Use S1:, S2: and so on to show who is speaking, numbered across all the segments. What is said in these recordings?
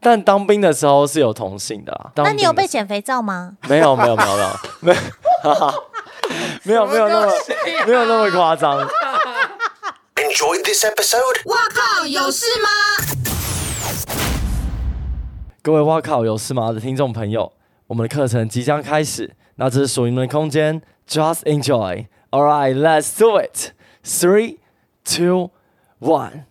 S1: 但当兵的时候是有同性的啊。当
S2: 那你有
S1: 兵的
S2: 被减肥皂吗？
S1: 没有没有没有没有没有， 没有没有那么没有那么夸张。
S3: Enjoyed this episode?
S1: 各位哇靠有事吗的听众朋友，我们的课程即将开始，那这是属于你们的空间，just enjoy。All right, let's do it. Three, two, one.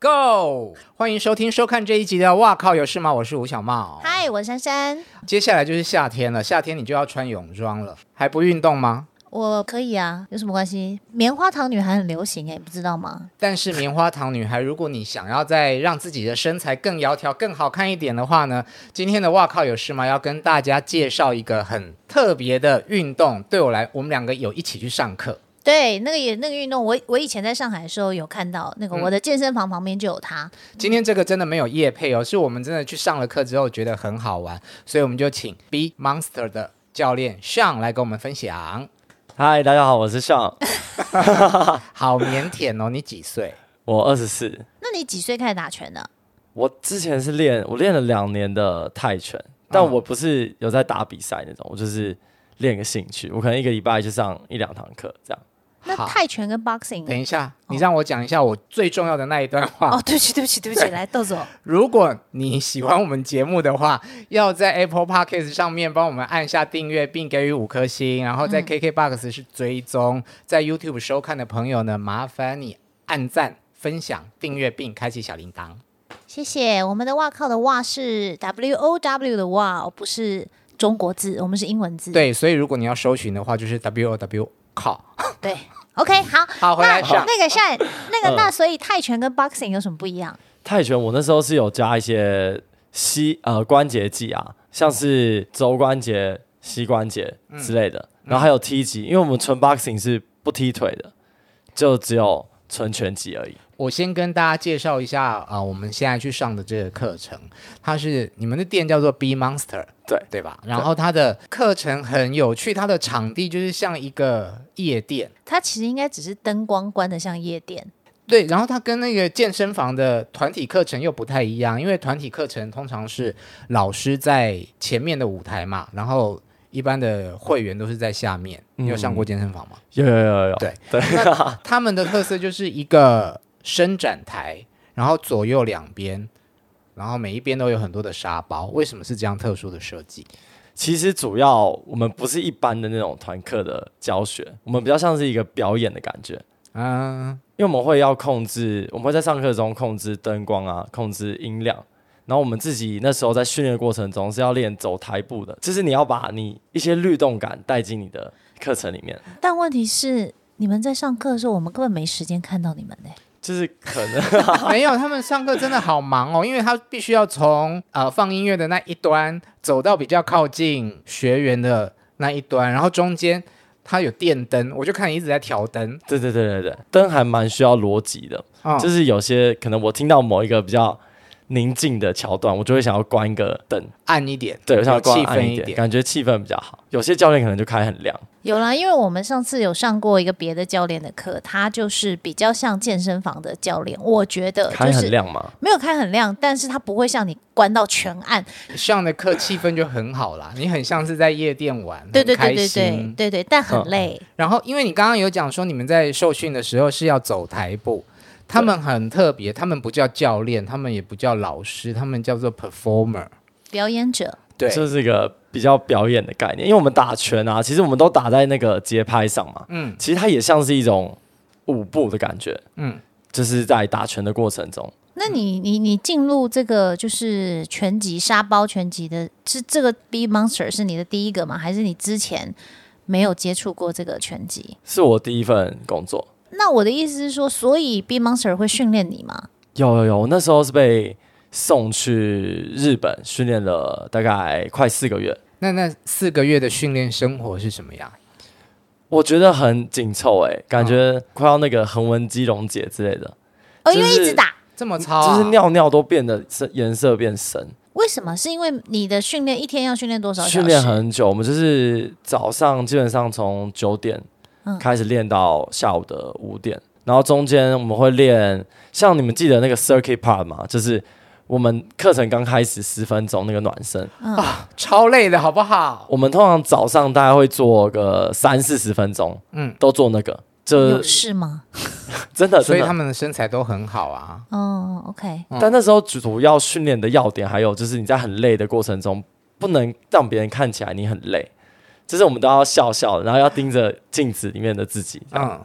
S4: Go！欢迎收听收看这一集的《哇靠有事吗》，我是吴小茂。
S2: 嗨，我是珊珊，
S4: 接下来就是夏天了，夏天你就要穿泳装了，还不运动吗？
S2: 我可以啊，有什么关系？棉花糖女孩很流行哎、你不知道吗？
S4: 但是棉花糖女孩，如果你想要再让自己的身材更窈窕、更好看一点的话呢，今天的哇靠有事吗？要跟大家介绍一个很特别的运动。对我来，我们两个有一起去上课，
S2: 对，那个也那个运动，我我以前在上海的时候有看到，那个
S4: 嗯
S2: 我的健身房旁边就有它。
S4: 今天这个真的没有业配哦，是我们真的去上了课之后觉得很好玩，所以我们就请 B Monster 的教练上来跟我们分享。
S1: 嗨，大家好，我是尚，
S4: 好腼腆哦，你几岁？
S1: 我二十四。
S2: 那你几岁开始打拳的？
S1: 我之前是练，我练了两年的泰拳，但我不是有在打比赛那种，我就是练个兴趣，我可能一个礼拜就上一两堂课这样。
S2: 那
S4: 好
S2: 泰拳跟 boxing
S4: 等
S2: 呢
S4: 一下，你让我讲一下我最重要的那一段话。
S2: 嗯哦哦，对不起，对不起，对 不起，来豆总，
S4: 如果你喜欢我们节目的话，要在 Apple Podcast 上面帮我们按下订阅并给予五颗星，然后
S2: 嗯
S4: 在 KKBox 是追踪，在 YouTube 收看的朋友呢，麻烦你按赞、分享、订阅并开启小铃铛。
S2: 谢谢。我们的哇靠的哇是 W O W 的哇，哦不是中国字，我们是英文字。
S4: 对，所以如果你要搜寻的话，就是 W O W 靠。
S2: 对，OK，好。
S4: 好，回
S2: 那
S4: 来上。
S2: 那个善，那
S1: 嗯
S2: 个那所以泰拳跟 boxing 有什么不一样？
S1: 泰拳我那时候是有加一些膝呃关节技啊，像是肘关节、膝关节之类的，然后还有踢击，因为我们纯 boxing 是不踢腿的，就只有纯拳击而已。
S4: 我先跟大家介绍一下啊、呃我们现在去上的这个课程，它是你们的店叫做 B Monster，
S1: 对
S4: 对吧？然后它的课程很有趣，它的场地就是像一个夜店，
S2: 它其实应该只是灯光关的像夜店。
S4: 对。然后它跟那个健身房的团体课程又不太一样，因为团体课程通常是老师在前面的舞台嘛，然后一般的会员都是在下面。你有上过健身房吗？
S1: 有有有有，
S4: 对他们的特色就是一个伸展台，然后左右两边，然后每一边都有很多的沙包。为什么是这样特殊的设计？
S1: 其实主要我们不是一般的那种团课的教学，我们比较像是一个表演的感觉。
S4: 嗯，
S1: 因为我们会要控制，我们会在上课中控制灯光啊，控制音量。然后我们自己那时候在训练的过程中是要练走台步的，就是你要把你一些律动感带进你的课程里面，
S2: 但问题是，你们在上课的时候，我们根本没时间看到你们呢、
S1: 就是可能
S4: 没有，他们上课真的好忙哦，因为他必须要从呃放音乐的那一端走到比较靠近学员的那一端，然后中间他有电灯，我就看你一直在调灯，
S1: 对对对对对，灯还蛮需要逻辑的，
S4: 嗯
S1: 就是有些可能我听到某一个比较宁静的桥段，我就会想要关一个灯，
S4: 暗一点，
S1: 对我想要
S4: 有气
S1: 关
S4: 氛
S1: 暗
S4: 一
S1: 一点，
S4: 点。
S1: 感觉气氛比较好。有些教练可能就开很亮，
S2: 有啦，因为我们上次有上过一个别的教练的课，他就是比较像健身房的教练，我觉得
S1: 开
S2: 呃就
S1: 很
S2: 是
S1: 亮嘛。
S2: 没有开很亮，但是他不会像你关到全暗。
S4: 上的课气氛就很好啦，你很像是在夜店玩，
S2: 对对
S4: 很开
S2: 对对对
S4: 心
S2: 对对，但很
S1: 嗯
S2: 累。
S4: 然后，因为你刚刚有讲说你们在受训的时候是要走台步，他们很特别，他们不叫教练，他们也不叫老师，他们叫做 performer。
S2: 表演者
S4: 对
S1: 就是一个比较表演的概念。因为我们打拳啊，其实我们都打在那个节拍上嘛，
S4: 嗯
S1: 其实它也像是一种舞步的感觉，
S4: 嗯，
S1: 就是在打拳的过程中，
S2: 那你你你进入这个就是拳击沙包拳击的，是这个 B Monster 是你的第一个吗？还是你之前没有接触过这个拳击？
S1: 是我第一份工作。
S2: 那我的意思是说，所以 B Monster 会训练你吗？
S1: 有有有，我那时候是被送去日本训练了大概快四个月，
S4: 那那四个月的训练生活是什么样？
S1: 我觉得很紧凑哎，感
S4: 嗯
S1: 觉快要那个横纹肌溶解之类的，就
S2: 哦，因
S1: 是
S2: 为一直打，
S4: 这么糙、啊，
S1: 就是尿尿都变得深颜色变深，
S2: 为什么？是因为你的训练一天要训练多少小时？
S1: 训练很久，我们就是早上基本上从九点
S2: 嗯
S1: 开始练到下午的五点，然后中间我们会练，像你们记得那个 circuit part 吗？就是我们课程刚开始十分钟那个暖身，
S4: 超累的好不好？
S1: 我们通常早上大概会做个三四十分钟，
S4: 嗯
S1: 嗯，都做那个，
S2: 有
S1: 这
S2: 事吗？
S1: 呃真的
S4: 所
S1: 真
S4: 以他
S1: 的。
S4: 们的身材都很好啊。
S2: 哦，OK，
S1: 但那时候主要训练的要点还有就是你在很累的过程中，不能让别人看起来你很累，就是我们都要笑笑的，然后要盯着镜子里面的自己。嗯，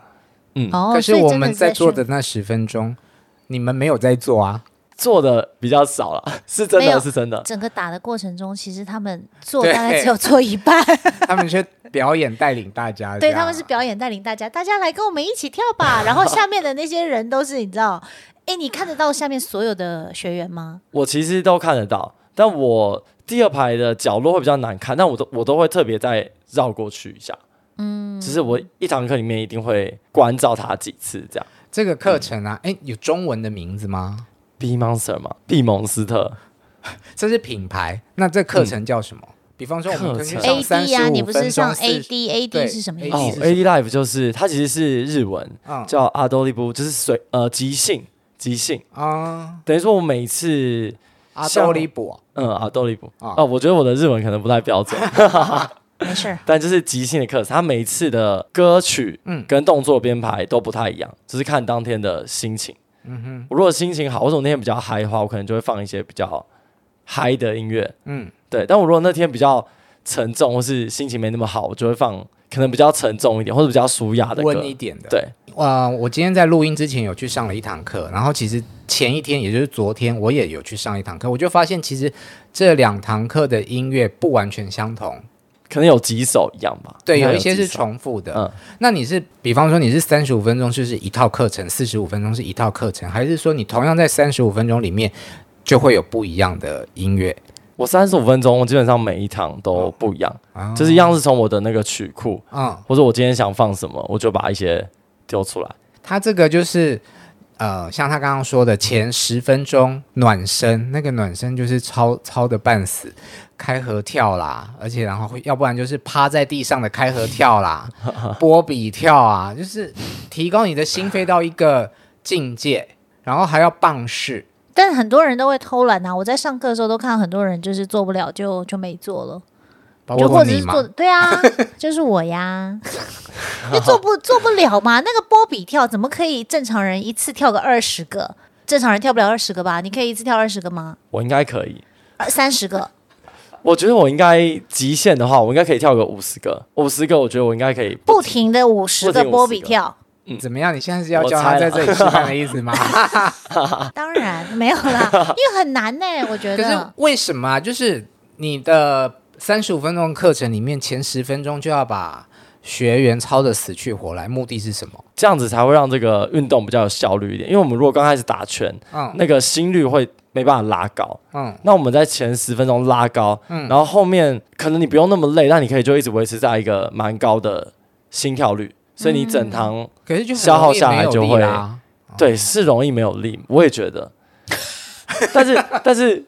S4: 嗯，
S2: 哦，
S4: 可是
S2: 所以
S4: 我
S2: 真
S4: 们
S2: 是
S4: 在做
S2: 训
S4: 的那十分钟，你们没有在做啊？
S1: 做的比较少了， 是真
S2: 没有
S1: 的，是真的。
S2: 整个打的过程中，其实他们做
S4: 对
S2: 大概只有做一 半，
S4: 他们却表演带领大家，啊
S2: 对，他们是。表演带领大家，大家来跟我们一起跳吧。然后下面的那些人都是你知道，哎，你看得到下面所有的学员吗？
S1: 我其实都看得到，但我第二排的角落会比较难看，但我都我都会特别再绕过去一下。嗯，只是我一堂课里面一定会关照他几次这样。
S4: 这个课程啊，哎，有中文的名字吗？
S1: B Monster 嘛，毕蒙斯特，
S4: 这是品牌，那这课程叫什么？比方说我们可以去
S1: 课
S4: 上
S2: 嗯 A
S4: 三
S2: D
S4: 十
S2: 呀、你
S4: 五
S2: 不是
S4: 分钟
S2: 上 A D A D
S4: 对
S2: 是什么意思？
S4: 哦
S1: 哦
S4: AD 是什么
S1: ，A D Life 就是它其实是日文，
S4: 嗯
S1: 叫阿多利布，就是随呃即兴即兴，
S4: 啊，
S1: 等于说我每次
S2: 啊
S4: 阿
S1: 像
S4: 多利博
S1: 嗯阿多利布
S4: 啊
S1: 哦，我觉得我的日文可能不太标准，
S2: 没事儿，
S1: 但就是即兴的课程，它每次的歌曲
S4: 嗯
S1: 跟动作编排都不太一样，就是看当天的心情。嗯哼，我如果心情好，我如果那天比较嗨的话，我可能就会放一些比较嗨的音乐。
S4: 嗯
S1: 嗯，对。但我如果那天比较沉重，或是心情没那么好，我就会放可能比较沉重一点，或者比较舒压的歌。
S4: 温一点的。
S1: 对，
S4: 呃，我今天在录音之前有去上了一堂课，然后其实前一天，也就是昨天，我也有去上一堂课，我就发现其实这两堂课的音乐不完全相同，
S1: 可能有几首一样吧。
S4: 对，
S1: 应该
S4: 有一些
S1: 几
S4: 是
S1: 首
S4: 重复的。
S1: 嗯
S4: 那你是，比方说你是三十五分钟就是一套课程，四十五分钟是一套课程，还是说你同样在三十五分钟里面就会有不一样的音乐？
S1: 我三十五分钟，我基本上每一堂都不一样，
S4: 哦
S1: 就是一样是从我的那个曲库，
S4: 嗯，
S1: 或者我今天想放什么，我就把一些丢出来。
S4: 它这个就是呃，像他刚刚说的前十分钟暖身，那个暖身就是超超的半死，开合跳啦，而且然后会要不然就是趴在地上的开合跳啦，波比跳啊，就是提高你的心肺到一个境界，然后还要棒式。
S2: 但很多人都会偷懒啊。我在上课的时候都看到很多人就是做不了就就没做了。
S4: 包
S2: 就或
S4: 括
S2: 者
S4: 你
S2: 是
S4: 嘛
S2: 做，对 啊，就是我 呀，就做不做不了嘛。那个波比跳怎么可以正常人一次跳个二十个？正常人跳不了二十个吧？你可以一次跳二十个吗？呃
S1: 我应该可以，
S2: 三十个？
S1: 我觉得我应该极限的话，我应该可以跳个五十个，五十个，我觉得我应该可以
S2: 不停的五十个
S1: 不停50个
S2: 波比跳？
S4: 怎么样？你现在是要
S1: 我
S4: 教他
S1: 猜
S4: 在
S1: 了
S4: 这里吃饭的意思吗？
S2: 当然没有啦，因为很难呢、我觉
S4: 可是
S2: 得。
S4: 为什么啊？就是你的三十五分钟课程里面，前十分钟就要把学员操的死去活来，目的是什么？
S1: 这样子才会让这个运动比较有效率一点。因为我们如果刚开始打拳，
S4: 嗯
S1: 那个心率会没办法拉高，
S4: 嗯，
S1: 那我们在前十分钟拉高，
S4: 嗯
S1: 然后后面可能你不用那么累，但你可以就一直维持在一个蛮高的心跳率，所以你整堂、
S4: 可是就很
S1: 消耗
S4: 容易
S1: 下
S4: 没
S1: 来
S4: 有
S1: 就
S4: 力
S1: 会
S4: 啦
S1: 对是容易没有力，我也觉得。但是 但是，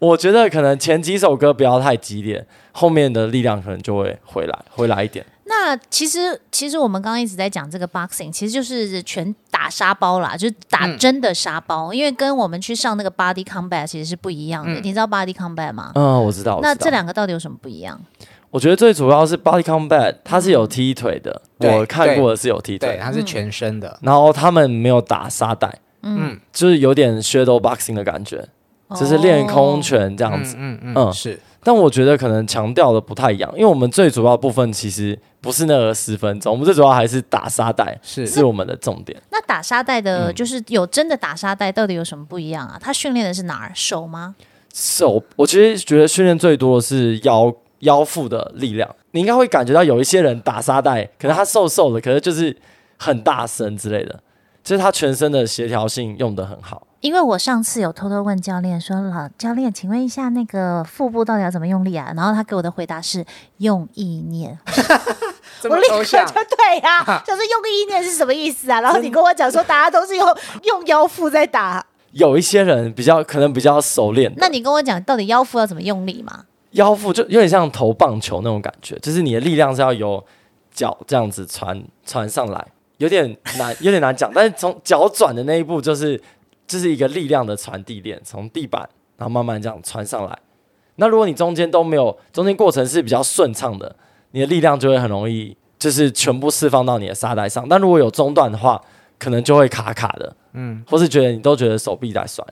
S1: 我觉得可能前几首歌不要太激烈，后面的力量可能就会回来回来一点。
S2: 那其实其实我们刚刚一直在讲这个 boxing，其实就是拳打沙包啦，就是打
S4: 嗯
S2: 真的沙包，因为跟我们去上那个 body combat 其实是不一样的。你知道 body combat 吗？
S1: 嗯，我知嗯道。我
S2: 那
S1: 知道
S2: 这两个到底有什么不一样？
S1: 我觉得最主要是 body combat，它是
S2: 嗯
S1: 有踢腿的，
S4: 对
S1: 我看过的是有踢
S4: 对，
S1: 腿，
S4: 它是全身的，
S1: 然后他们没有打沙袋，
S4: 嗯
S1: 嗯，就是有点 shadow boxing 的感觉，
S2: 哦
S1: 就是练空拳这样
S4: 嗯
S1: 子。
S4: 嗯嗯
S1: 嗯
S4: 是
S1: 但我觉得可能强调的不太一样，因为我们最主要的部分其实不是那个十分钟，我们最主要还是打沙袋
S4: 是
S1: 是我们的重点。
S2: 那打沙袋的，
S1: 嗯
S2: 就是有真的打沙袋，到底有什么不一样啊？他训练的是哪儿？手吗？
S1: 手，我其实觉得训练最多的是腰腰腹的力量。你应该会感觉到有一些人打沙袋，可能他瘦瘦的，可是就是很大声之类的，就是他全身的协调性用的很好。
S2: 因为我上次有偷偷问教练说：“老教练，请问一下，那个腹部到底要怎么用力啊？”然后他给我的回答是用意念。
S4: 这
S2: 我
S4: 么
S2: 立刻
S4: 抽
S2: 就
S4: 象。
S2: 对呀、就是用意念是什么意思 啊？然后你跟我讲说，大家都是用 用腰腹在打。
S1: 有一些人比较可能比较熟练的，
S2: 那你跟我讲，到底腰腹要怎么用力嘛？
S1: 腰腹就有点像投棒球那种感觉，就是你的力量是要由脚这样子传传上来，有点难，有点难讲。但是从脚转的那一步，就是这是一个力量的传递链，从地板然后慢慢这样传上来。那如果你中间都没有，中间过程是比较顺畅的，你的力量就会很容易就是全部释放到你的沙袋上。但如果有中断的话，可能就会卡卡的，嗯，或是觉得你都觉得手臂在酸，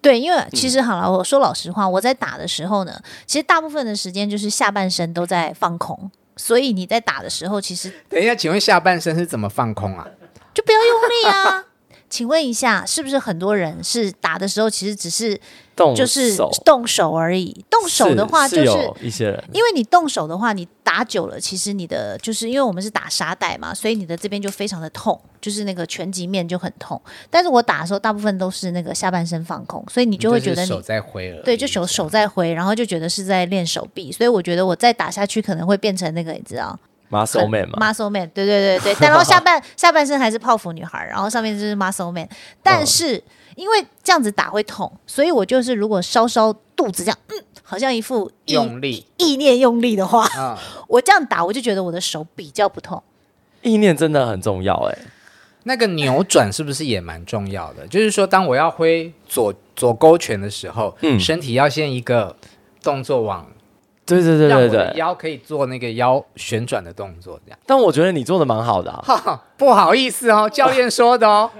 S2: 对，因为其实好了，我说老实话，我在打的时候呢，其实大部分的时间就是下半身都在放空，所以你在打的时候，其实
S4: 等一下，请问下半身是怎么放空啊？
S2: 就不要用力啊。 请问一下，是不是很多人是打的时候，其实只是
S1: 动
S2: 就是
S1: 手
S2: 动手而已？动手的话，就是是
S1: 有一些人
S2: 因为你动手的话，你打久了，其实你的就是因为我们是打沙袋嘛，所以你的这边就非常的痛，就是那个拳击面就很痛。但是我打的时候，大部分都是那个下半身放空，所以你就会觉得
S4: 是
S2: 你
S4: 手在挥了，
S2: 对，就手手在挥，然后就觉得是在练手臂，所以我觉得我再打下去可能会变成那个你知道很
S1: muscle man 嘛，
S2: ，muscle man，对对对对，但然后下半下半身还是泡芙女孩，然后上面就是 muscle man，但是、因为这样子打会痛，所以我就是如果稍稍肚子这样，嗯，好像一副意
S4: 用力
S2: 意念用力的话，
S4: 啊、
S2: 我这样打我就觉得我的手比较不痛。
S1: 意念真的很重要哎、
S4: 那个扭转是不是也蛮重要的？就是说，当我要挥左左勾拳的时候，
S1: 嗯
S4: 身体要先一个动作往，
S1: 对对对
S4: 让
S1: 对
S4: 我的
S1: 对，
S4: 腰可以做那个腰旋转的动作，这样。
S1: 但我觉得你做的蛮好的、啊，
S4: 哈哈，不好意思 哦，教练说的哦。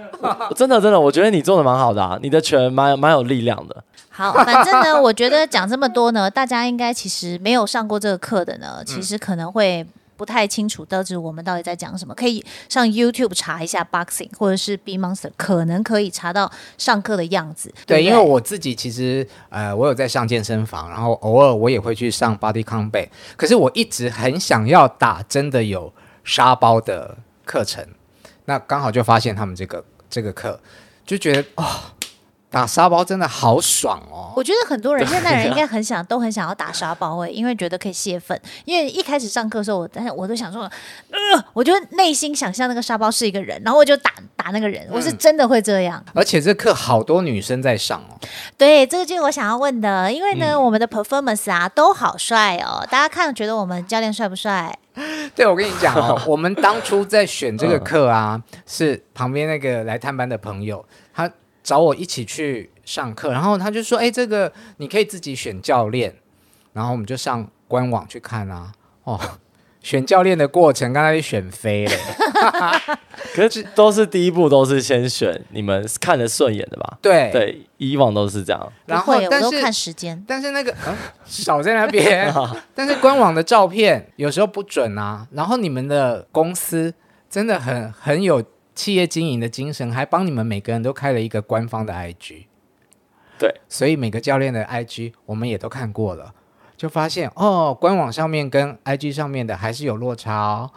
S1: 真的真的，我觉得你做的蛮好的、啊，你的拳蛮蛮有力量的。
S2: 好，反正呢，我觉得讲这么多呢，大家应该其实没有上过这个课的
S4: 嗯
S2: 呢，其实可能会不太清楚，到底我们到底在讲什么。可以上 YouTube 查一下 boxing，或者是 B Monster，可能可以查到上课的样子。
S4: 对，
S2: 不
S4: 因为我自己其实呃，我有在上健身房，然后偶尔我也会去上 Body Combat，可是我一直很想要打真的有沙包的课程，那刚好就发现他们这个这个课，就觉得哦，打沙包真的好爽哦。
S2: 我觉得很多人现代人应该很想，都很想要打沙包诶、因为觉得可以泄愤。因为一开始上课的时候，我但是我都想说，呃，我就内心想象那个沙包是一个人，然后我就打打那个人，我是
S4: 嗯
S2: 真的会这样。
S4: 而且这课好多女生在上哦，
S2: 对，这个就是我想要问的，因为呢，
S4: 嗯
S2: 我们的 performance 啊都好帅哦，大家看觉得我们教练帅不帅？
S4: 对我跟你讲哦，我们当初在选这个课啊，是旁边那个来探班的朋友，他找我一起去上课，然后他就说：“哎，这个你可以自己选教练。”然后我们就上官网去看啊，哦，选教练的过程刚才就选 飞了。
S1: 可是都是第一步都是先选你们看得顺眼的吧？
S4: 对，
S1: 对，以往都是这 样。
S2: 不
S4: 然后
S2: 会，我
S4: 但
S2: 都
S4: 是
S2: 看时 间。
S4: 但是那个、嗯、少在那边，但是官网的照片有时候不准啊。然后你们的公司真的很很有企业经营的精神，还帮你们每个人都开了一个官方的 IG。
S1: 对，
S4: 所以每个教练的 IG 我们也都看过了，就发现哦，官网上面跟 IG 上面的还是有落差哦，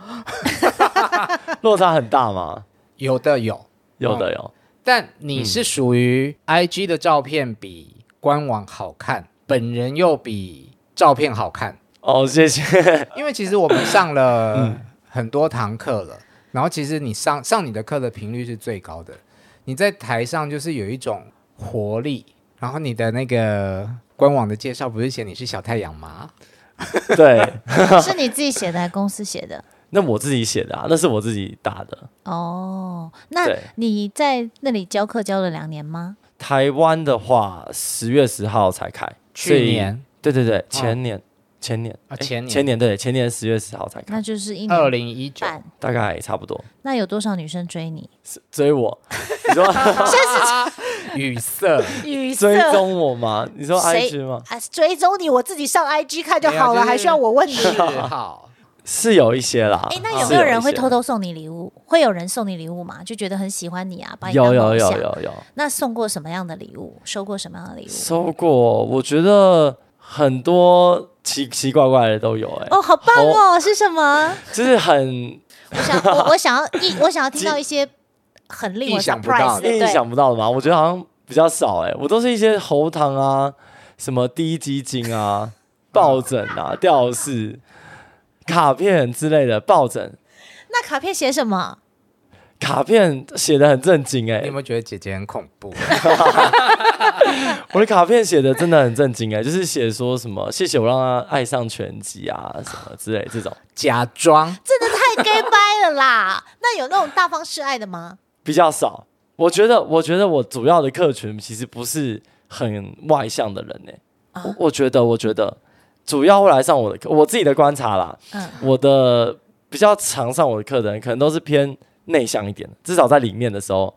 S1: 落差很大吗？
S4: 有的有。
S1: 有的有，
S4: 但你是属于 IG 的照片比官网好看，本人又比照片好看。
S1: 哦，谢谢。
S4: 因为其实我们上了
S1: 嗯
S4: 很多堂课了，然后其实你上上你的课的频率是最高的，你在台上就是有一种活力，然后你的那个官网的介绍不是写你是小太阳吗？
S1: 对，
S2: 是你自己写的，还是公司写的？
S1: 那我自己写的啊，那是我自己打的。
S2: 哦，那
S1: 对
S2: 你在那里教课教了两年吗？
S1: 台湾的话，十月十号才开，所
S4: 去
S1: 以
S4: 年哦
S1: 对对对，前年、前年
S4: 啊
S1: 诶
S4: 前年
S1: 前年对前年十月十号才
S2: 那
S1: 开，
S2: 就是一
S4: 二
S2: 年
S4: 零一九，
S2: 半。
S1: 大概差不多。
S2: 那有多少女生追你？
S1: 追 我，你说
S4: 语塞，
S2: 语
S1: 追踪我吗？你说 IG 吗？
S2: 啊，追踪你，我自己上 IG 看就
S4: 没有
S2: 好了，
S4: 就是
S2: 还需要我问你？
S4: 是 啊好。
S1: 是有一些啦。
S2: 哎，那有
S1: 是
S2: 没有
S1: 一
S2: 人会
S1: 些
S2: 偷？偷送你礼物？会有人送你礼物吗？就觉得很喜欢你啊，把你
S1: 有
S2: 当
S1: 有
S2: 偶
S1: 有
S2: 像
S1: 有有
S2: 那送过什么样的礼物？收过什么样的礼物？
S1: 收过，我觉得很多奇奇怪怪的都有哎、
S2: 哦，好棒哦！是什么？
S1: 就是很
S2: 我想，我我想要一，我想要听到一些很令我
S4: 意想不到
S2: surprise 的，
S4: 的
S1: 意
S2: 哦对，
S1: 想不到的嘛。我觉得好像比较少哎、我都是一些喉糖啊、什么低基金啊、 抱枕啊、吊饰、卡片之类的抱枕。
S2: 那卡片写什么？
S1: 卡片写的很正经哎、
S4: 你有没有觉得姐姐很恐怖？
S1: 我的卡片写的真的很震惊哎、就是写说什么谢谢我让他爱上拳击啊什么之类这种
S4: 假装
S2: 真的太 gay 掰了啦！那有那种大方示爱的吗？
S1: 比较少，我觉得，我觉得我主要的客群其实不是很外向的人呢、
S2: 啊
S1: 我我觉得，我觉得主要会来上我的课，我自己的观察啦，
S2: 嗯
S1: 我的比较常上我的课的人，可能都是偏内向一点的，至少在里面的时候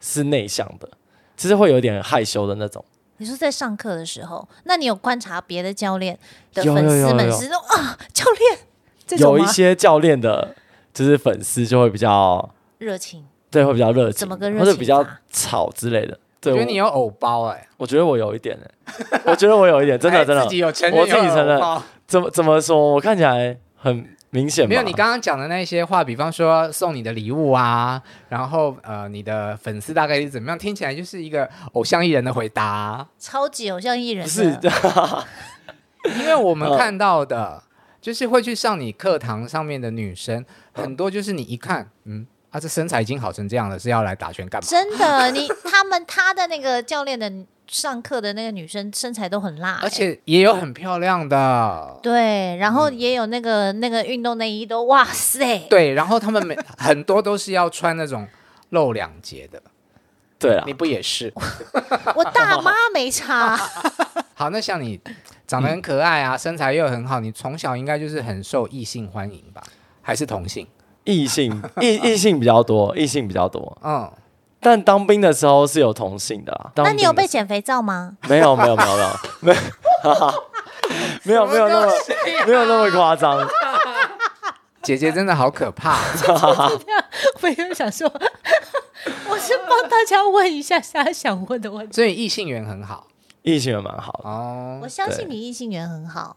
S1: 是内向的，其实会有点害羞的那种。
S2: 你说在上课的时候，那你有观察别的教练的
S1: 有
S2: 粉丝
S1: 有有
S2: 们
S1: 有
S2: 是那种啊，教练这种
S1: 有一
S2: 吗
S1: 些教练的，就是粉丝就会比较
S2: 热情，
S1: 对，会比较热情，
S2: 怎么个热
S1: 或者
S2: 情
S1: 比较
S2: 法
S1: 吵之类的。对，
S4: 我
S1: 我
S4: 觉得你有偶包哎、
S1: 我觉得我有一点欸，我觉得我有一点，真的
S4: 哎
S1: 真的，
S4: 自己有承认，
S1: 我自己承
S4: 有偶
S1: 认。
S4: 包
S1: 怎么怎么说？我看起来很明显吗
S4: 没有，你刚刚讲的那些话，比方说送你的礼物啊，然后呃，你的粉丝大概是怎么样？听起来就是一个偶像艺人的回答、
S2: 超级偶像艺人啊
S1: 不
S2: 的
S1: 是 啊
S4: 因为我们
S1: 嗯
S4: 看到的，就是会去上你课堂上面的女生，很多就是你一看，嗯，啊，这身材已经好成这样了，是要来打拳干嘛？
S2: 真的，你他们他的那个教练的上课的那个女生身材都很辣、欸
S4: 而且也有很漂亮的，
S2: 对，然后也有那个、那个运动内衣都哇 塞，
S4: 对，然后他们每很多都是要穿那种露两截的，
S1: 对啊
S4: 你，不也是？
S2: 我大妈没差，
S4: 好，那像你长得很可爱啊，身材又很好，你从小应该就是很受异性欢迎吧？还是同性？
S1: 异性异异性比较多，异性比较多。
S4: 嗯，
S1: 但当兵的时候是有同性的啊啦。当
S2: 那
S1: 兵
S2: 你有
S1: 的
S2: 被减肥皂吗？
S1: 没有没有没有没有没有没有没有那么
S4: 啊
S1: 没有那么夸张。
S4: 姐姐真的好可怕，
S2: 我有想说， 我是帮大家问一下大家想问的问题。
S4: 所以异性缘很好
S1: 异性也蛮好的，
S2: 我
S4: 哦。
S2: 相信你异性缘很好，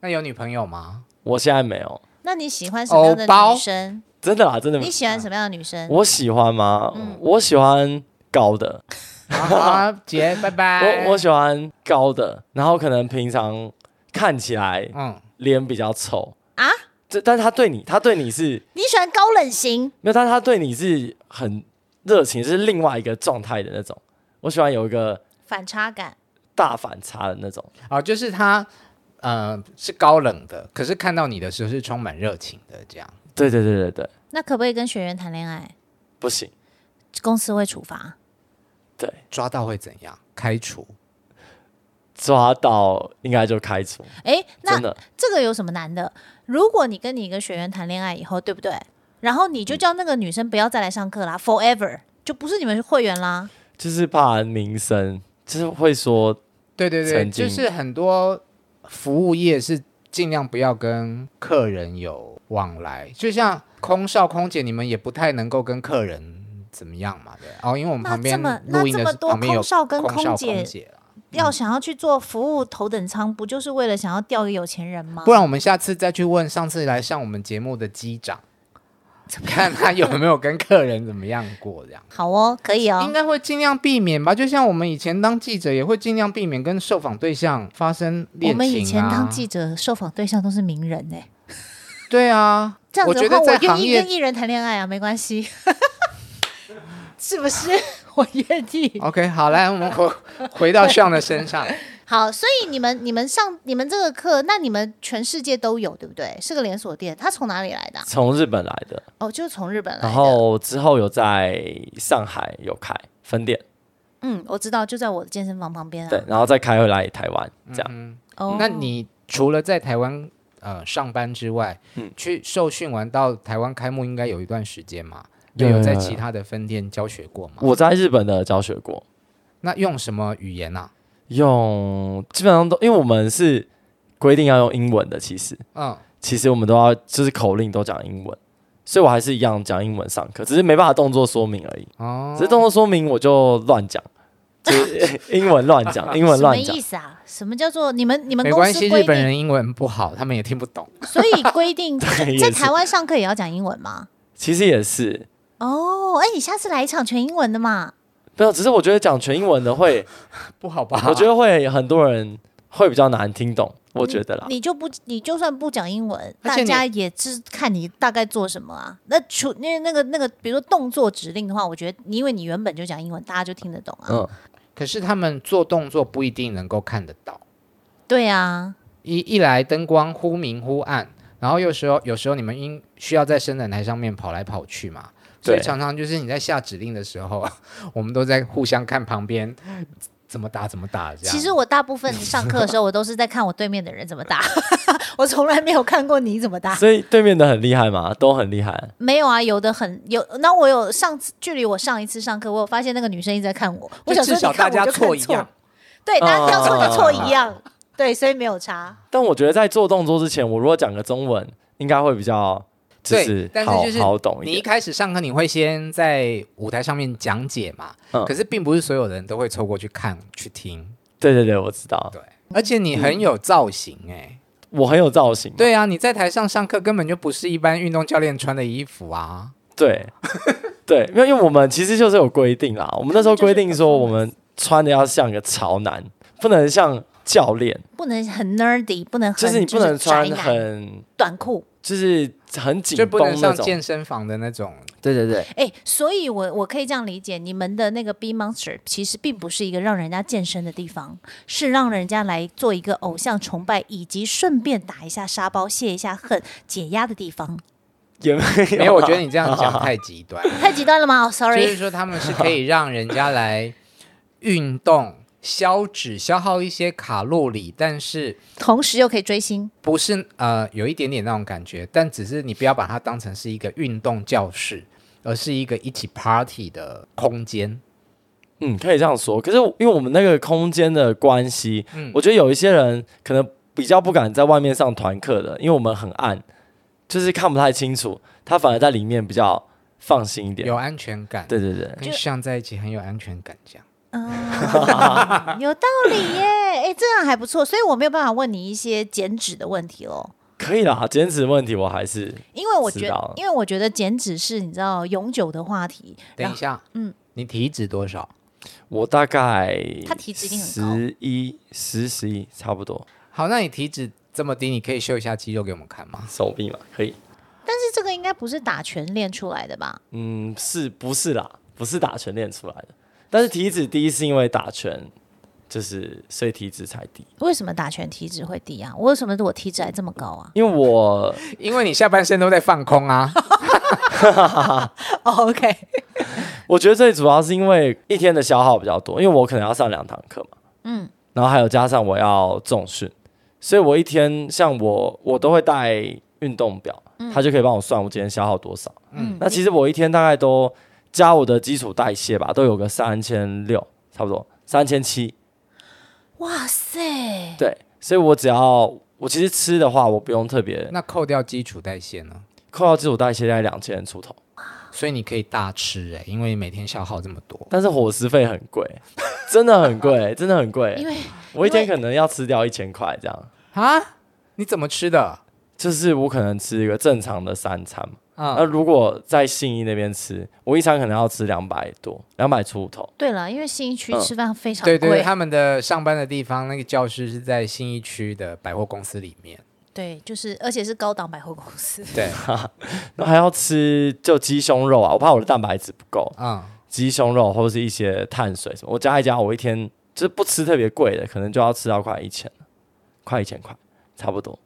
S4: 那有女朋友吗？
S1: 我现在没有，
S2: 那你喜欢什么样的
S4: 偶包
S2: 女生？
S1: 真的啦，真的。
S2: 你喜欢嗯什么样的女生？
S1: 我喜欢吗？我喜欢高的，
S4: 好啊，姐，拜拜。
S1: 我我喜欢高的，然后可能平常看起来
S4: 嗯，
S1: 脸比较丑
S2: 啊，
S1: 这但是他对你，他对你是
S2: 你喜欢高冷型？
S1: 没有，但是他对你是很热情，是另外一个状态的那种。我喜欢有一个
S2: 反差感，
S1: 大反差的那种，
S4: 哦，就是他，呃，是高冷的，可是看到你的时候是充满热情的，这样。
S1: 对对对对对，
S2: 那可不可以跟学员谈恋爱？
S1: 不行，
S2: 公司会处罚。
S1: 对，
S4: 抓到会怎样？开除？
S1: 抓到应该就开除，
S2: 哎，那
S1: 真的
S2: 这个有什么难的？如果你跟你一个学员谈恋爱以后，对不对？然后你就
S1: 嗯
S2: 叫那个女生不要再来上课啦，forever 就不是你们会员啦。
S1: 就是怕名声，就是会说
S4: 对对对，
S1: 曾经
S4: 就是很多服务业是尽量不要跟客人有往来，就像空少、空姐，你们也不太能够跟客人怎么样嘛，对。哦，因为我们
S2: 那
S4: 旁边
S2: 这么
S4: 录音
S2: 那这
S4: 的
S2: 么
S4: 是
S2: 多
S4: 旁边有
S2: 空少跟
S4: 空
S2: 空姐
S4: 姐姐啊啦
S1: 嗯
S2: 要想要去做服务头等舱，不就是为了想要钓鱼有钱人吗
S4: 不？然我们下次再去问上次来上我们节目的机长， 看他有没有跟客人怎么样过这样。
S2: 好哦，可以
S4: 应
S2: 哦。
S4: 该会尽量避免吧，就像我们以前当记者也会尽量避免跟受访对象发生恋情、啊、
S2: 我们以前当记者，受访对象都是名人呢、
S4: 对啊，
S2: 这样
S4: 我
S2: 子的
S4: 觉
S2: 话，
S4: 得
S2: 我
S4: 在
S2: 愿
S4: 行
S2: 意
S4: 业
S2: 跟艺人谈恋爱啊，没关系， 是不是？我愿 意。
S4: OK，好，来，我们回回到向的身上。
S2: 好，所以你们你们上你们这个课，那你们全世界都有对不对？是个连锁店，它从哪里来的啊、
S1: 从日本来的，
S2: 哦，就是从日本来的。
S1: 然后之后有在上海有开分店，
S2: 嗯，我知道，就在我的健身房旁边啊。
S1: 对，，然后再开回来台湾这样。
S2: 哦，
S4: 那你除了在台湾呃上班之外，去受训完到台湾开幕应该有一段时间嘛？
S1: 有
S4: 有
S1: 有
S4: 有在
S1: 有
S4: 其他的分店教学过吗？
S1: 我在日本的教学过，
S4: 那用什么语言啊？
S1: 用基本上都因为我们是规定要用英文的，其实
S4: 嗯，
S1: 其实我们都要就是口令都讲英文，所以我还是一样讲英文上课，只是没办法动作说明而已。
S4: 哦
S1: 只，是动作说明我就乱讲，就是英文乱 讲，英文
S2: 什么
S1: 乱讲
S2: 意。思啊？什么叫做你们你们
S4: 没
S2: 公
S4: 关
S2: 司
S4: 系，
S2: 规
S4: 日本
S2: 定？
S4: 人英文不好，他们也听不懂。
S2: 所以规 定
S1: 对
S2: 在
S1: 也是
S2: 台湾上课也要讲英文吗？
S1: 其实也是
S2: 哦，哎，你下次来一场全英文的嘛？
S1: 没有，只是我觉得讲全英文的会，
S4: 不好
S2: 啊
S4: 吧？
S1: 我觉得会很多人会比较难听懂，我觉得啦。
S2: 你就不你就算不讲英文，
S4: 而
S2: 大
S4: 且你
S2: 家也是看你大概做什么啊。那除因为那个那个，比如说动作指令的话，我觉得你因为你原本就讲英文，大家就听得懂啊。
S1: 嗯，
S4: 可是他们做动作不一定能够看得到，
S2: 对啊，
S4: 一一来灯光忽明忽暗，然后有时候有时候你们因需要在伸展台上面跑来跑去嘛，所以
S1: 对
S4: 常常就是你在下指令的时候， 我们都在互相看旁边怎么打怎么打这样。
S2: 其实我大部分上课的时候，我都是在看我对面的人怎么打，我从来没有看过你怎么打。
S1: 所以对面的很厉害嘛，都很厉害。
S2: 没有啊，有的很有。那我有上次距离我上一次上课，我有发现那个女生一直在 看我，我
S4: 就
S2: 想
S4: 至
S2: 说
S4: 少
S2: 你看我
S4: 大
S2: 就
S4: 家
S2: 看错
S4: 错一样，
S2: 对，大家挑错
S1: 哦
S2: 你错一样，对，所以没有差。
S1: 但我觉得在做动作之前，我如果讲个中文，应该会比较就
S4: 对
S1: 是，
S4: 但是
S1: 好
S4: 就是
S1: 好懂一
S4: 你一
S1: 点。
S4: 开始上课，你会先在舞台上面讲解嘛，
S1: 嗯
S4: 可是并不是所有人都会凑过去看去听，
S1: 对对对，我知道，
S4: 对，而且你很有造型哎、
S1: 我很有造型嘛。
S4: 对啊，你在台上上课根本就不是一般运动教练穿的衣服啊，
S1: 对对，因为因为我们其实就是有规定 啦，我们那时候规定说我们穿的要像个潮男，不能像教 练，
S2: 不能很 nerdy，不能很
S1: 就是你不能穿
S2: 就是宅男
S1: 很
S2: 短裤。
S1: 就是很紧
S4: 就不能
S1: 绷那
S4: 上
S1: 种。
S4: 健身房的那种。
S1: 对对对，
S2: 哎，所以我我可以这样理解，你们的那个 B Monster 其实并不是一个让人家健身的地方，是让人家来做一个偶像崇拜，以及顺便打一下沙包、泄一下恨、解压的地方。
S1: 也没有啊
S4: 没有，我觉得你这样讲太极 端，
S2: 太极端了吗、哦
S4: 就是
S2: ，sorry，
S4: 说他们是可以让人家来运动、消脂、消耗一些卡路里，但是
S2: 同时又可以追星，
S4: 不是呃有一点点那种感觉，但只是你不要把它当成是一个运动教室，而是一个一起 party 的空间。
S1: 嗯，可以这样说。可是因为我们那个空间的关系，
S4: 嗯
S1: 我觉得有一些人可能比较不敢在外面上团课的，因为我们很暗，就是看不太清楚，他反而在里面比较放心一点
S4: 有。安全感，
S1: 对对对，
S4: 跟像在一起很有安全感这样。
S2: 嗯，有道理耶，哎，这样还不错，所以我没有办法问你一些减脂的问题喽。
S1: 可以啦，减脂问题我还是
S2: 因为我
S1: 知
S2: 觉
S1: 道了
S2: 得，因为我觉得减脂是你知道永久的话题。
S4: 等
S2: 然
S4: 一
S2: 后
S4: 下，嗯，你体脂多少？
S1: 我大概
S2: 他体脂一定很高
S1: 十一十十一差不多，
S4: 好，那你体脂这么低，你可以秀一下肌肉给我们看吗？
S1: 手臂嘛可以。
S2: 但是这个应该不是打拳练出来的吧？
S1: 嗯，是不是啦？不是打拳练出来的，但是体脂低是因为打拳，就是所以体脂才低。
S2: 为什么打拳体脂会低啊？为什么我体脂还这么高啊
S1: 因为我
S4: 因为你下半身都在放空啊。
S2: 哦？OK，
S1: 我觉得最主要是因为一天的消耗比较多，因为我可能要上两堂课嘛，
S2: 嗯，
S1: 然后还有加上我要重训，所以我一天像我我都会带运动表，它就可以帮我算我今天消耗多少。
S2: 嗯
S1: 那其实我一天大概都加我的基础代谢吧，都有个三千六，差不多三千七。
S2: 哇塞，
S1: 对，所以我只要我其实吃的话，我不用特别
S4: 那扣掉基础代谢呢？
S1: 扣掉基础代谢在两千出头，
S4: 所以你可以大吃哎、因为每天消耗这么多。
S1: 但是伙食费很贵， 真的很 贵，真的很
S2: 因
S1: 贵。
S2: 为
S1: 我一天
S2: 因为
S1: 可能要吃掉一千块这样，
S4: 啊？你怎么吃的？
S1: 就是我可能吃一个正常的三餐嘛。那
S4: 嗯，
S1: 如果在信义那边吃，我一餐可能要吃两百多，两百出头。
S2: 对了，因为信义区
S1: 嗯
S2: 吃饭非常
S4: 对
S2: 贵，
S4: 对对，他们的上班的地方那个教室是在信义区的百货公司里面。
S2: 对就是而且是高档百货公 司。
S4: 对，
S1: 那还要吃就鸡胸肉啊，我怕我的蛋白质不够，
S4: 嗯，
S1: 鸡胸肉或者是一些碳水什么，我加一加，我一天就是不吃特别贵的，可能就要吃到快一千了，快一千块，差不多。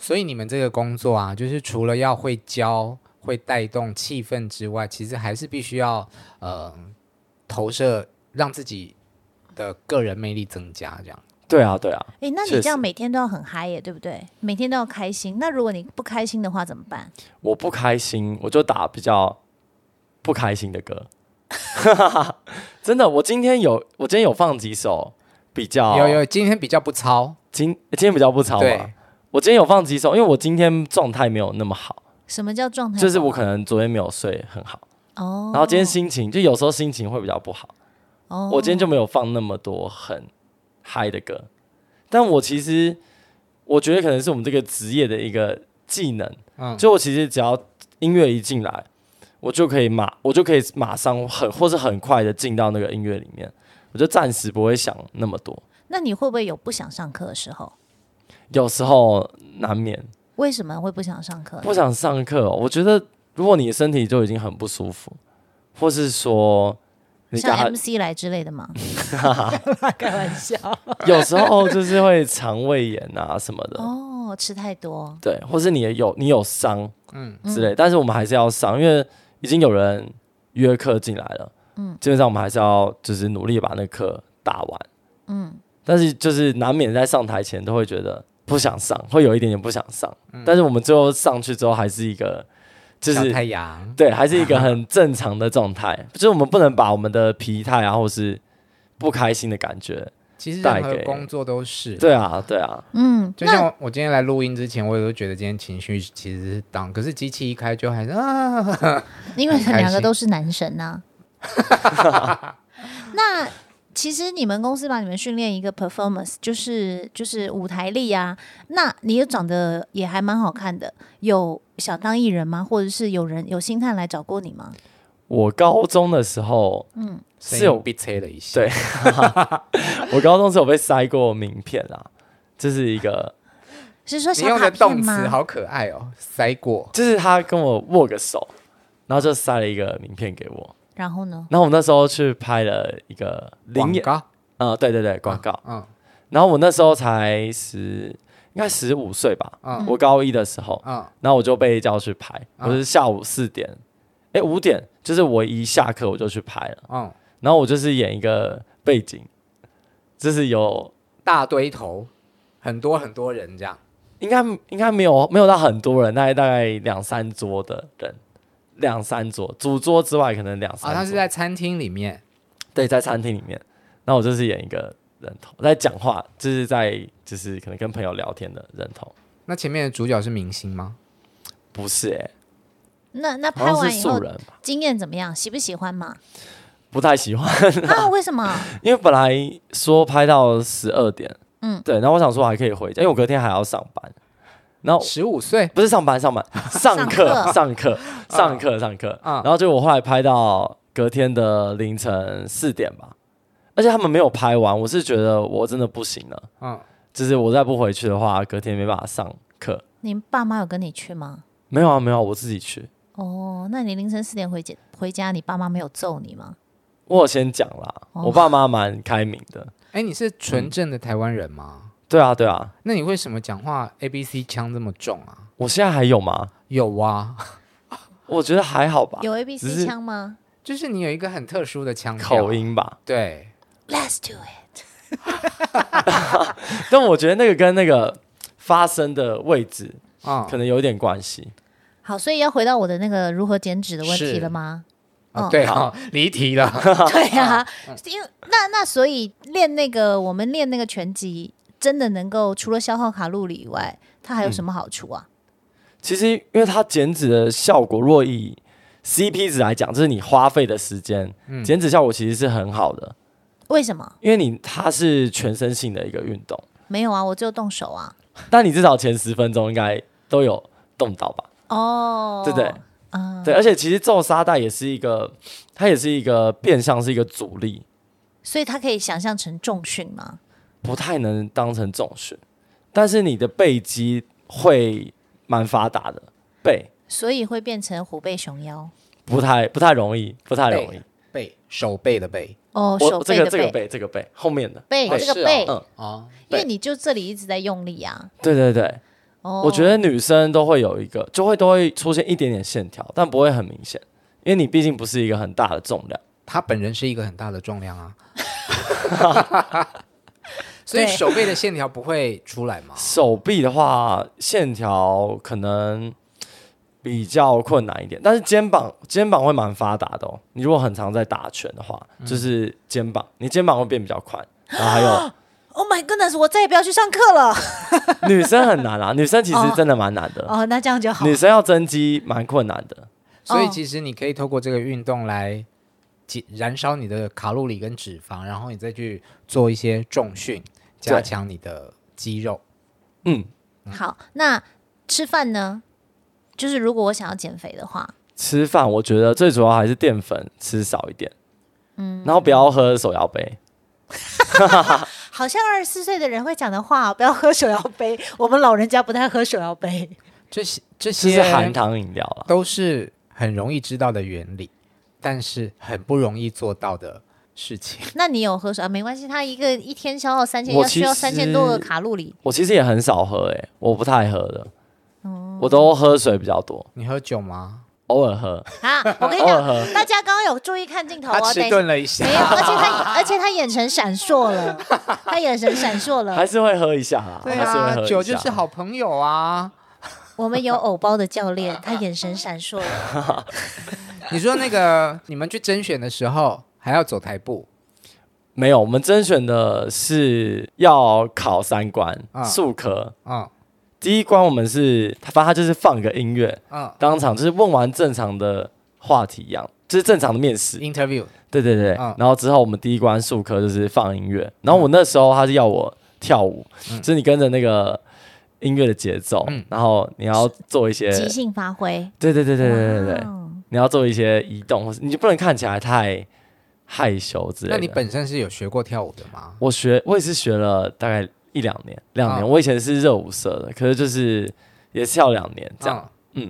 S4: 所以你们这个工作啊，就是除了要会教、会带动气氛之外，其实还是必须要呃投射，让自己的个人魅力增加，这样。
S1: 对啊，对啊，
S2: 哎，那你
S1: 确实
S2: 这样每天都要很嗨耶，对不对？每天都要开心。那如果你不开心的话怎么办？
S1: 我不开心，我就打比较不开心的歌。 真的，我今天有，我今天有放几首比较
S4: 有有，今天比较不糙，
S1: 今今天比较不吵嘛
S4: 对。，
S1: 我今天有放几首，因为我今天状态没有那么好，
S2: 什么叫状态不好？
S1: 就是我可能昨天没有睡很好，
S2: 哦，
S1: 然后今天心情就有时候心情会比较不好，
S2: 哦，
S1: 我今天就没有放那么多很嗨的歌，但我其实我觉得可能是我们这个职业的一个技能，
S4: 嗯，
S1: 就我其实只要音乐一进来，我就可以马我就可以马上很或是很快的进到那个音乐里面，我就暂时不会想那么多，
S2: 那你会不会有不想上课的时候？
S1: 有时候难免
S2: 为什么会不想上课呢？
S1: 不想上课、哦，我觉得如果你的身体就已经很不舒服，或是说你
S2: 像
S1: 感
S2: MC 来之类的吗？开玩笑
S1: 有时候就是会肠胃炎啊什么的，
S2: 哦，吃太多
S1: 对，或是你也有你有伤
S4: 嗯，
S1: 之类，但是我们还是要上，因为已经有人约课进来了，嗯，基本上我们还是要就是努力把那课打完，
S2: 嗯，
S1: 但是就是难免在上台前都会觉得不想上，会有一点点不想上，但是我们最后上去之后还是一个就
S4: 小
S1: 是
S4: 太阳，
S1: 对，还是一个很正常的状态， 就是我们不能把我们的疲态啊，或是不开心的感觉，
S4: 其实
S1: 带
S4: 任何
S1: 给
S4: 工作都是。
S1: 对啊，对啊，
S2: 嗯，
S4: 就像我我今天来录音之前，我也都觉得今天情绪其实是 down，可是机器一开就还是 啊，
S2: 因为
S4: 很开
S2: 两个
S4: 心
S2: 都是男神呐、那其实你们公司把你们训练一个 performance，就是就是舞台力啊。那你也长得也还蛮好看的，有想当艺人吗？或者是有人有星探来找过你吗？
S1: 我高中的时候，嗯，是有
S4: 被催了一下。
S1: 对，我高中是有被塞过名片啊，就是一个，
S2: 是说
S4: 你
S2: 小
S4: 用
S2: 卡
S4: 的
S2: 片
S4: 动词
S2: 吗？
S4: 好可爱哦，塞过。
S1: 就是他跟我握个手，然后就塞了一个名片给我，
S2: 然后呢？
S1: 然后我那时候去拍了一个
S4: 广
S1: 灵眼，
S4: 告，
S1: 呃，对对对，广告，
S4: 嗯
S1: 然后我那时候才十，应该十五岁吧，
S4: 嗯
S1: 我高一的时候，
S4: 嗯
S1: 然后我就被叫去拍，我是下午四点，哎、五点，就是我一下课我就去拍了，
S4: 嗯，
S1: 然后我就是演一个背景，就是有
S4: 大堆头，很多很多人这样，
S1: 应该应该没有没有到很多人，大概大概两三桌的人，两三桌，主桌之外可能两
S4: 啊，
S1: 三桌，
S4: 他是在餐厅里面，
S1: 对在餐厅里面，那我就是演一个人头，在讲话，就是在就是可能跟朋友聊天的人头，
S4: 那前面的主角是明星吗？
S1: 不是哎、
S2: 那那
S1: 好
S2: 拍
S1: 像
S2: 完
S1: 是
S2: 以
S1: 素
S2: 后
S1: 人吧，
S2: 经验怎么样？喜不喜欢嘛？
S1: 不太喜欢。
S2: 啊，为什么？
S1: 因为本来说拍到十二点，
S2: 嗯
S1: 嗯，对，然后我想说我还可以回家，因为我隔天还要上班，然后
S4: 十五岁，
S1: 不是上班上班上
S2: 上课
S1: 课上课上课上课，
S4: 嗯
S1: 然后就我后来拍到隔天的凌晨四点吧，而且他们没有拍完，我是觉得我真的不行了，
S4: 嗯，
S1: 就是我再不回去的话，隔天没办法上课。
S2: 你爸妈有跟你去吗？
S1: 没有啊，没有啊、我自己去，
S2: 哦，那你凌晨四点回家回家，你爸妈没有揍你吗？
S1: 我有先讲啦，
S2: 哦
S1: 我爸妈蛮开明的，
S4: 哎，你是纯正的台湾人吗？
S1: 对啊对啊，
S4: 那你为什么讲话 A B C 腔这么重啊？
S1: 我现在还有吗？
S4: 有啊，
S1: 我觉得还好吧，
S2: 有 A B
S1: 只
S2: C
S1: 是
S2: 腔吗
S4: 就是你有一个很特殊的腔调
S1: 口，音吧。
S4: 对，
S2: ？Let's do it。
S1: 但我觉得那个跟那个发生的位置
S4: 啊
S1: 可能有点关系。
S2: 好，所以要回到我的那个如何减脂的问题
S4: 是
S2: 了吗？
S4: 啊，
S2: 嗯
S4: 对啊， 离题了，
S2: 对啊，因为那那所以练那个我们练那个拳击，真的能够除了消耗卡路里以外，它
S1: 嗯
S2: 还有什么好处啊？
S1: 其实，因为它减脂的效果，若以 CP 值来讲，就是你花费的时间，减脂效果其实是很好的，
S2: 为什么
S1: 因为你它是全身性的一个运动，
S2: 没有啊？我只有动手啊。
S1: 但你至少前十分钟应该都有动到吧？
S2: 哦，
S1: 对不对？
S2: 嗯，
S1: 对，而且其实皱沙袋也是一个，它也是一个变相是一个阻力，
S2: 所以它可以想象成重训吗？
S1: 不太能当成重训，但是你的背肌会蛮发达的，背。
S2: 所以会变成虎背熊腰
S1: 不太不太容易，不太容易。
S4: 背手背的背
S2: 哦，手
S1: 我这
S2: 背
S1: 个
S2: 的
S1: 这个背这个背后面的，
S2: 背
S4: 哦
S2: 这个
S4: 是哦
S2: 背，
S1: 嗯，
S4: 哦，
S2: 因为
S1: 对
S2: 你就这里一直在用力啊。
S1: 对对对，
S2: 哦，
S1: 我觉得女生都会有一个，就会都会出现一点点线条，但不会很明显，因为你毕竟不是一个很大的重量。
S4: 他本人是一个很大的重量 啊，所以
S2: 对
S4: 手背的线条不会出来吗？
S1: 手臂的话，线条可能比较困难一点，但是肩膀肩膀会蛮发达的哦。你如果很常在打拳的话，就是肩膀，你肩膀会变比较宽。然后还 有
S2: Oh my goodness！我再也不要去上课了。
S1: 女生很难啊，女生其实真的蛮难的，
S2: 哦，那这样就好。
S1: 女生要增肌蛮困难的。
S4: 所以
S2: 哦
S4: 其实你可以透过这个运动来解燃烧你的卡路里跟脂肪，然后你再去做一些重训，加
S1: 对
S4: 强你的肌肉。
S1: 嗯，
S2: 好，那吃饭呢？就是如果我想要减肥的话，
S1: 吃饭，我觉得最主要还是淀粉吃少一点，嗯，然后不要喝手摇杯，
S2: 好像二十四岁的人会讲的话，不要 喝手摇杯。我们老人家不太喝手摇杯。
S4: 这些这
S1: 就
S4: 些
S1: 是含糖饮料啦。
S4: 都是很容易知道的原理，但是很不容易做到的事情。
S2: 那你有喝水啊？没关系，他一个一天消耗三千，
S1: 我
S2: 要需要
S1: 其实
S2: 三千多个卡路 里。
S1: 我其实也很
S4: 哦
S1: 少喝、欸，我不太喝的，我都喝水比较多，
S4: 你喝酒吗？
S1: 偶尔喝，
S2: 啊！我跟你
S1: 偶尔
S2: 讲，大家刚刚有注意看镜头
S4: 他
S2: 哦，
S4: 迟
S2: 等一
S4: 钝了一下
S2: 没，有，而且他而且他眼神闪烁 了，他眼神闪烁了
S1: 还。是会喝一下啦，
S4: 对
S1: 还是会
S4: 啊
S1: 喝，一
S4: 酒就
S1: 下
S4: 是好朋友啊。
S2: 我们有偶包的 教练，他眼神闪烁了。
S4: 你说那个 你们去甄选的时候还要走台步，
S1: 没有，我们甄选的是要考三关
S4: 啊
S1: 数科。
S4: 嗯
S1: 第一关我们是，反正他就是放个音乐，
S4: 嗯
S1: 当场就是问完正常的话题一样，就是正常的面试。
S4: ，interview
S1: 对对对，
S4: 嗯
S1: 然后之后我们第一关数科就是放音乐，然后我那时候他是要我跳舞，就是你跟着那个音乐的节奏，
S4: 嗯
S1: 然后你要做一些，
S2: 即兴发挥。
S1: 对对对对对对对
S2: 哇，哦
S1: 你要做一些移动，或是你就不能看起来太害羞之类的。
S4: 那你本身是有学过跳舞的吗？
S1: 我学，我也是学了大概一两年，两年。
S4: 嗯
S1: 我以前是热舞社的，可是就是也是跳两年这样。
S4: 嗯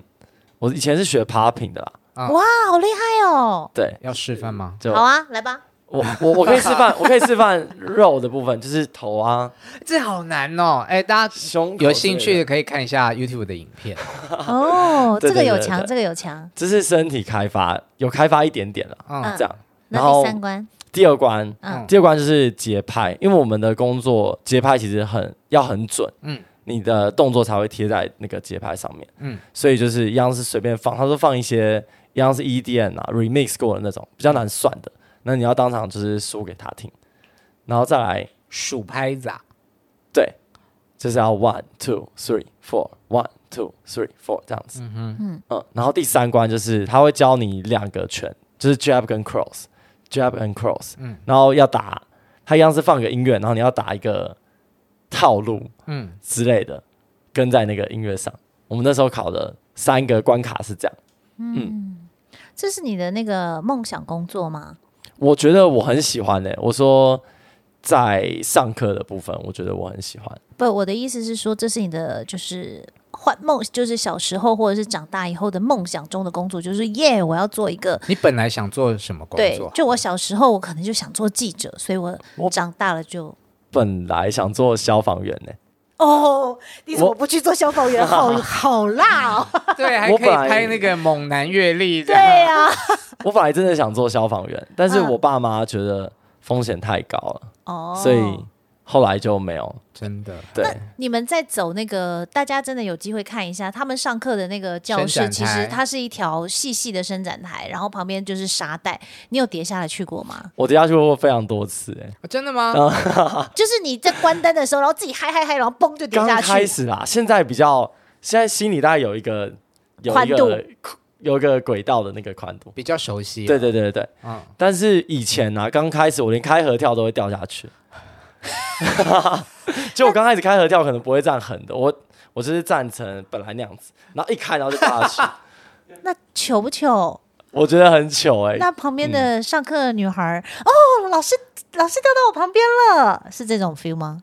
S1: 我以前是学 popping 的啦，
S4: 啊
S2: 哇，好厉害哦！
S1: 对，
S4: 要示范吗？
S1: 就
S2: 好啊，来吧。
S1: 我我我可以示范，我可以示范肉的部分，就是头啊、
S4: 这好难哦！哎，大家
S1: 胸口
S4: 有兴
S1: 之类
S4: 趣
S1: 的，
S4: 的可以看一下 YouTube 的影片。
S2: 哦，
S1: 对
S2: 这
S1: 对
S2: 个有
S1: 对对
S2: 强，
S1: 对
S2: 这个有强。
S1: 这是身体开发，有开发一点点啦，
S4: 嗯
S2: 嗯
S1: 这样。
S2: 那
S1: 然
S2: 第
S1: 后
S2: 三关，
S1: 第二关，
S2: 嗯
S1: 第二关就是节拍，因为我们的工作节拍其实很要很准，
S4: 嗯
S1: 嗯，你的动作才会贴在那个节拍上面，
S4: 嗯
S1: 嗯，所以就是一样是随便放，他说放一些一样是 EDM 啊 remix 过的那种比较难算的，那你要当场就是输给他听，然后再来
S4: 数拍子啊，
S1: 对，就是要 one two three four one two three four 这样子，嗯嗯然后第三关就是他会教你两个拳，就是 jab 跟 cross，jab and cross，
S4: 嗯
S1: 嗯，然后要打，他一样是放个音乐，然后你要打一个套路
S4: 嗯，
S1: 之类的，跟在那个音乐上。我们那时候考的三个关卡是这样，
S2: 这是你的那个梦想工作吗？
S1: 我觉得我很喜欢诶、我说在上课的部分，我觉得我很喜欢。
S2: 不，我的意思是说，这是你的就是幻梦，就是小时候或者是长大以后的梦想中的工作，就是耶，我要做一个。
S4: 你本来想做什么工
S2: 对
S4: 作，？
S2: 就我小时候，我可能就想做记者，所以我长大了就
S1: 本来想做消防员欸呢、
S2: 哦，你
S1: 怎么
S2: 不去做消防员？ 好好辣哦！
S4: 对，还
S1: 我
S4: 可
S1: 本
S4: 以
S1: 来
S4: 拍那个猛男阅历
S2: 对
S4: 这样。
S2: 呀、
S1: 我本来真的想做消防员，但是
S2: 嗯
S1: 我爸妈觉得风险太高了，
S2: 哦，
S1: 所以后来就没有。
S4: 真的，
S1: 对，
S2: 你们在走那个，大家真的有机会看一下，他们上课的那个教室，
S4: 伸展
S2: 其
S4: 台
S2: 实它是一条细细的伸展台，然后旁边就是沙袋。你有跌下来去过吗？
S1: 我跌下去过非常多次、欸，
S4: 哦真的吗？
S2: 就是你在关灯的时候，然后自己嗨嗨嗨，然后嘣就跌
S1: 刚
S2: 下
S1: 开
S2: 去。
S1: 始啦，现在比较，现在心里大概有一个有一
S2: 宽度
S1: 个有一个轨道的那个宽度。
S4: 比较熟悉。
S1: 对，对对对对，
S4: 嗯，
S1: 但是以前啊，刚开始我连开合跳都会掉下去， 就我刚开始开合跳可能不会站横的，我我就是站成本来那样子，然后一开然后就掉 下去，
S2: 那糗不糗？
S1: 我觉得很糗哎、
S2: 那旁边的上课的女孩儿，哦，老师老师掉到我旁边了，是这种 feel 吗？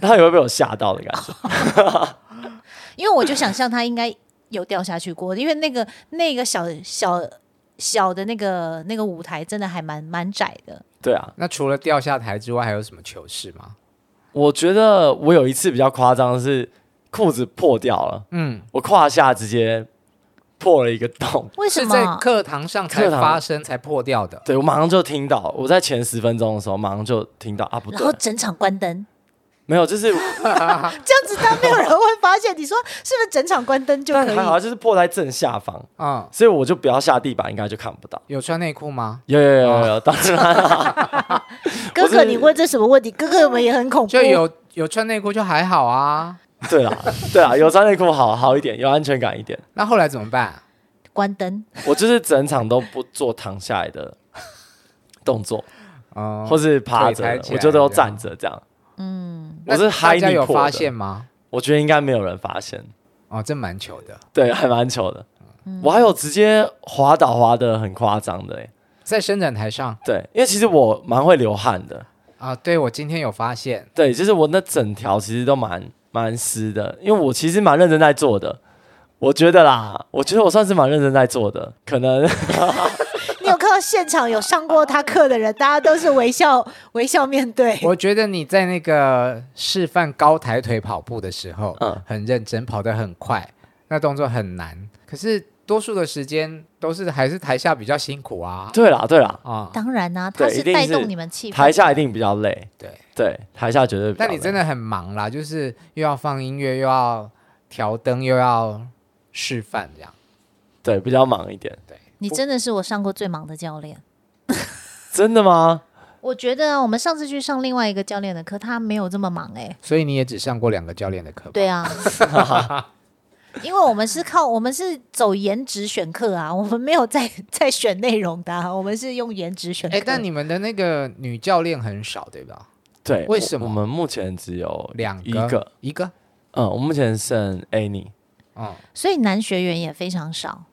S1: 他也会被我吓到的感觉。
S2: 因为我就想象他应该有掉下去过，因为那个那个小小小的那个那个舞台真的还蛮蛮窄的。
S1: 对啊，
S4: 那除了掉下台之外，还有什么糗事吗？
S1: 我觉得我有一次比较夸张的是裤子破掉了，
S4: 嗯，
S1: 我胯下直接破了一个洞，
S2: 为什
S4: 是
S2: 么？
S4: 在课堂上才
S1: 课堂
S4: 发生、才破掉的。
S1: 对我马上就听到，我在前十分钟的时候马上就听到啊，不
S2: 然后
S1: 对，
S2: 整场关灯，
S1: 没有，就是
S2: 这样子当没有人会发现。你说是不是整场关灯就
S1: 但
S2: 可以
S1: 还？好啊就是破在正下方，
S4: 嗯，
S1: 所以我就不要下地板，应该就看不到。
S4: 有穿内裤吗？
S1: 有有有有有，当然啦，
S2: 哥
S1: 我
S2: 哥，
S1: 是
S2: 你问这什么问题？哥哥们也很恐怖。
S4: 就有有穿内裤就还好啊。
S1: 对啦对啊啦，有穿内裤好好一点，有安全感一点。
S4: 那后来怎么办？
S2: 关灯，
S1: 我就是整场都不做躺下来的动作，
S4: 哦、
S1: 或是趴着
S4: 腿抬
S1: 的，
S4: 起来
S1: 我就都站着这样。嗯，我是
S4: 那大
S1: 嗨
S4: 家
S1: 你
S4: 有
S1: 破
S4: 发
S1: 的
S4: 现吗？
S1: 我觉得应该没有人发现，
S4: 哦，这蛮糗的，
S1: 对，还蛮糗的。我还有直接滑倒滑的很夸张的、欸，
S4: 在伸展台上
S1: 对，因为其实我蛮会流汗的，
S4: 啊。对，我今天有发现，
S1: 对，就是我那整条其实都蛮蛮湿的，因为我其实蛮认真在做的，我觉得啦，我觉得我算是蛮认真在做的，可能
S2: 你有看到现场有上过他课的人，大家都是微笑微笑面对。
S4: 我觉得你在那个示范高抬腿跑步的时候，
S1: 嗯
S4: 很认真，跑得很快，那动作很难。可是多数的时间都是还是台下比较辛苦啊
S1: 对啦，对啦，
S4: 啊。
S2: 当然啦、他
S1: 对
S2: 是
S1: 一定
S2: 带
S1: 是
S2: 动你们气氛，
S1: 台下一定比较累，
S4: 对，
S1: 对，台下绝对比较
S4: 但
S1: 累。
S4: 你真的很忙啦，就是又要放音乐，又要调灯，又要示范这样。
S1: 对比较忙一点，
S2: 你真的是我上过最忙的教练。
S1: 真的吗？
S2: 我觉得啊，我们上次去上另外一个教练的课，他没有这么忙哎、
S4: 所以你也只上过两个教练的课吧，
S2: 对啊，因为我们是靠我们是走颜值选课啊， 我们没有在在选内容的啊、我们是用颜值选课。
S4: 哎，但你们的那个女教练很少，对吧？
S1: 对，
S4: 为什么
S1: 我我们目前只有
S4: 两
S1: 一
S4: 个
S1: 个，，
S4: 一个，
S1: 嗯，我目前剩 Annie
S4: 嗯，
S2: 所以男学员也非常少。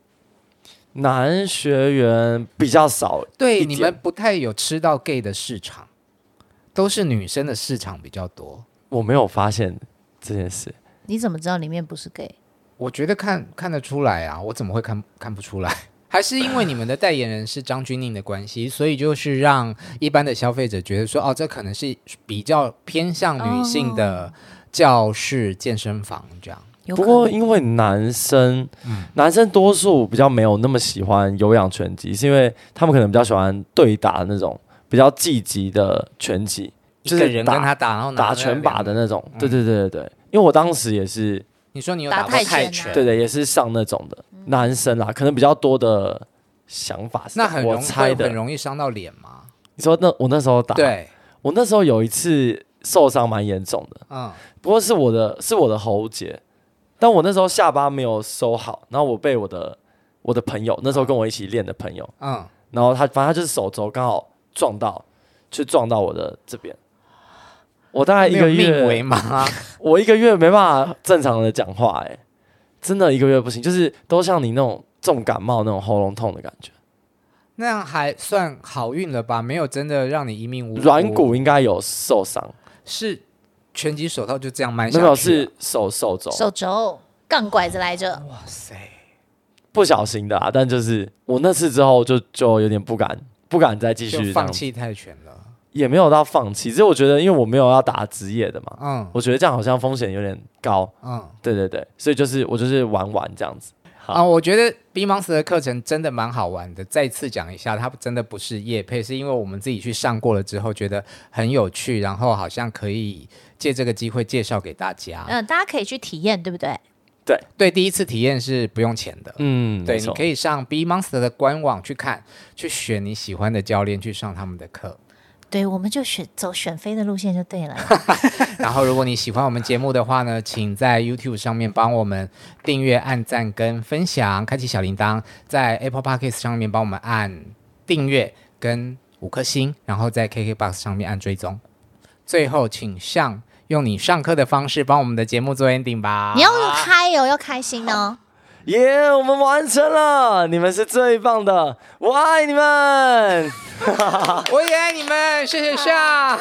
S1: 男学员比较少一点，
S4: 对，你们不太有吃到 gay 的市场，都是女生的市场比较多。
S1: 我没有发现这件事，
S2: 你怎么知道里面不是 gay？
S4: 我觉得看看得出来啊，我怎么会看看不出来？ 还是因为你们的代言人是张钧甯的关系，所以就是让一般的消费者觉得说，哦，这可能是比较偏向女性的教室健身房这样。
S2: 有
S1: 不
S2: 可
S1: 过
S2: 能
S1: 因为男生，
S4: 嗯
S1: 男生多数比较没有那么喜欢有氧拳击，是因为他们可能比较喜欢对打那种比较积极的拳击，就
S4: 一个
S1: 是
S4: 人
S1: 打
S4: 跟他打，然后拿
S1: 打
S4: 那
S1: 拳
S4: 两
S1: 靶的，那种。对对对对对，因为我当时也是，
S4: 你说你有
S2: 打
S4: 过
S2: 泰拳
S4: 泰
S2: 啊
S4: 拳，
S1: 对对，也是上那种的
S2: 嗯
S1: 男生啦，可能比较多的想法是，
S4: 那很
S1: 我
S4: 容易
S1: 猜
S4: 很
S1: 的。
S4: 容易伤到脸吗？
S1: 你说那我那时候打，
S4: 对，
S1: 我那时候有一次受伤蛮严重的，
S4: 嗯，
S1: 不过是我的是我的喉结，但我那时候下巴没有收好，然后我被我的我的朋友那时候跟我一起练的朋友，
S4: 嗯，
S1: 然后他反正他就是手肘刚好撞到，去撞到我的这边。我大概一
S4: 没有
S1: 个
S4: 命为
S1: 月，
S4: 盲啊，
S1: 我一个月没办法正常的讲话、哎，真的一个月不行，就是都像你那种重感冒那种喉咙痛的感觉，
S4: 那样还算好运了吧？没有真的让你一命呜呼。
S1: 软骨应该有受伤，
S4: 是拳击手套就这样卖
S1: 没
S4: 下
S1: 有
S4: 去、啊
S1: 没有是，手手肘
S2: 手肘杠拐子来着，
S4: 哇塞，
S1: 不小心的啊，但就是我那次之后就就有点不敢不敢再继续
S4: 就
S1: 这样
S4: 放弃泰拳了。
S1: 也没有到放弃，只是我觉得因为我没有要打职业的嘛，
S4: 嗯
S1: 我觉得这样好像风险有点高，
S4: 嗯
S1: 对对对，所以就是我就是玩玩这样子，好
S4: 啊，我觉得 B Monster 的课程真的蛮好玩的。再次讲一下，它真的不是夜配，是因为我们自己去上过了之后觉得很有趣，然后好像可以借这个机会介绍给大家。
S2: 嗯、大家可以去体验，对不对？
S4: 对，第一次体验是不用钱的。
S1: 嗯，
S4: 对，
S1: 没
S4: 你
S1: 错
S4: 可以上 B Monster 的官网去看，去选你喜欢的教练，去上他们的课。
S2: 对，我们就选走选妃的路线就对了。
S4: 然后，如果你喜欢我们节目的话呢，请在 YouTube 上面帮我们订阅、按赞跟分享，开启小铃铛，在 Apple Podcast 上面帮我们按订阅跟五颗星，然后在 KKBox 上面按追踪。最后，请像用你上课的方式帮我们的节目做 ending 吧。
S2: 你要嗨哦，要开心哦，
S1: 耶我们完成了，你们是最棒的，我爱你们。
S4: 我也爱你们，谢谢上。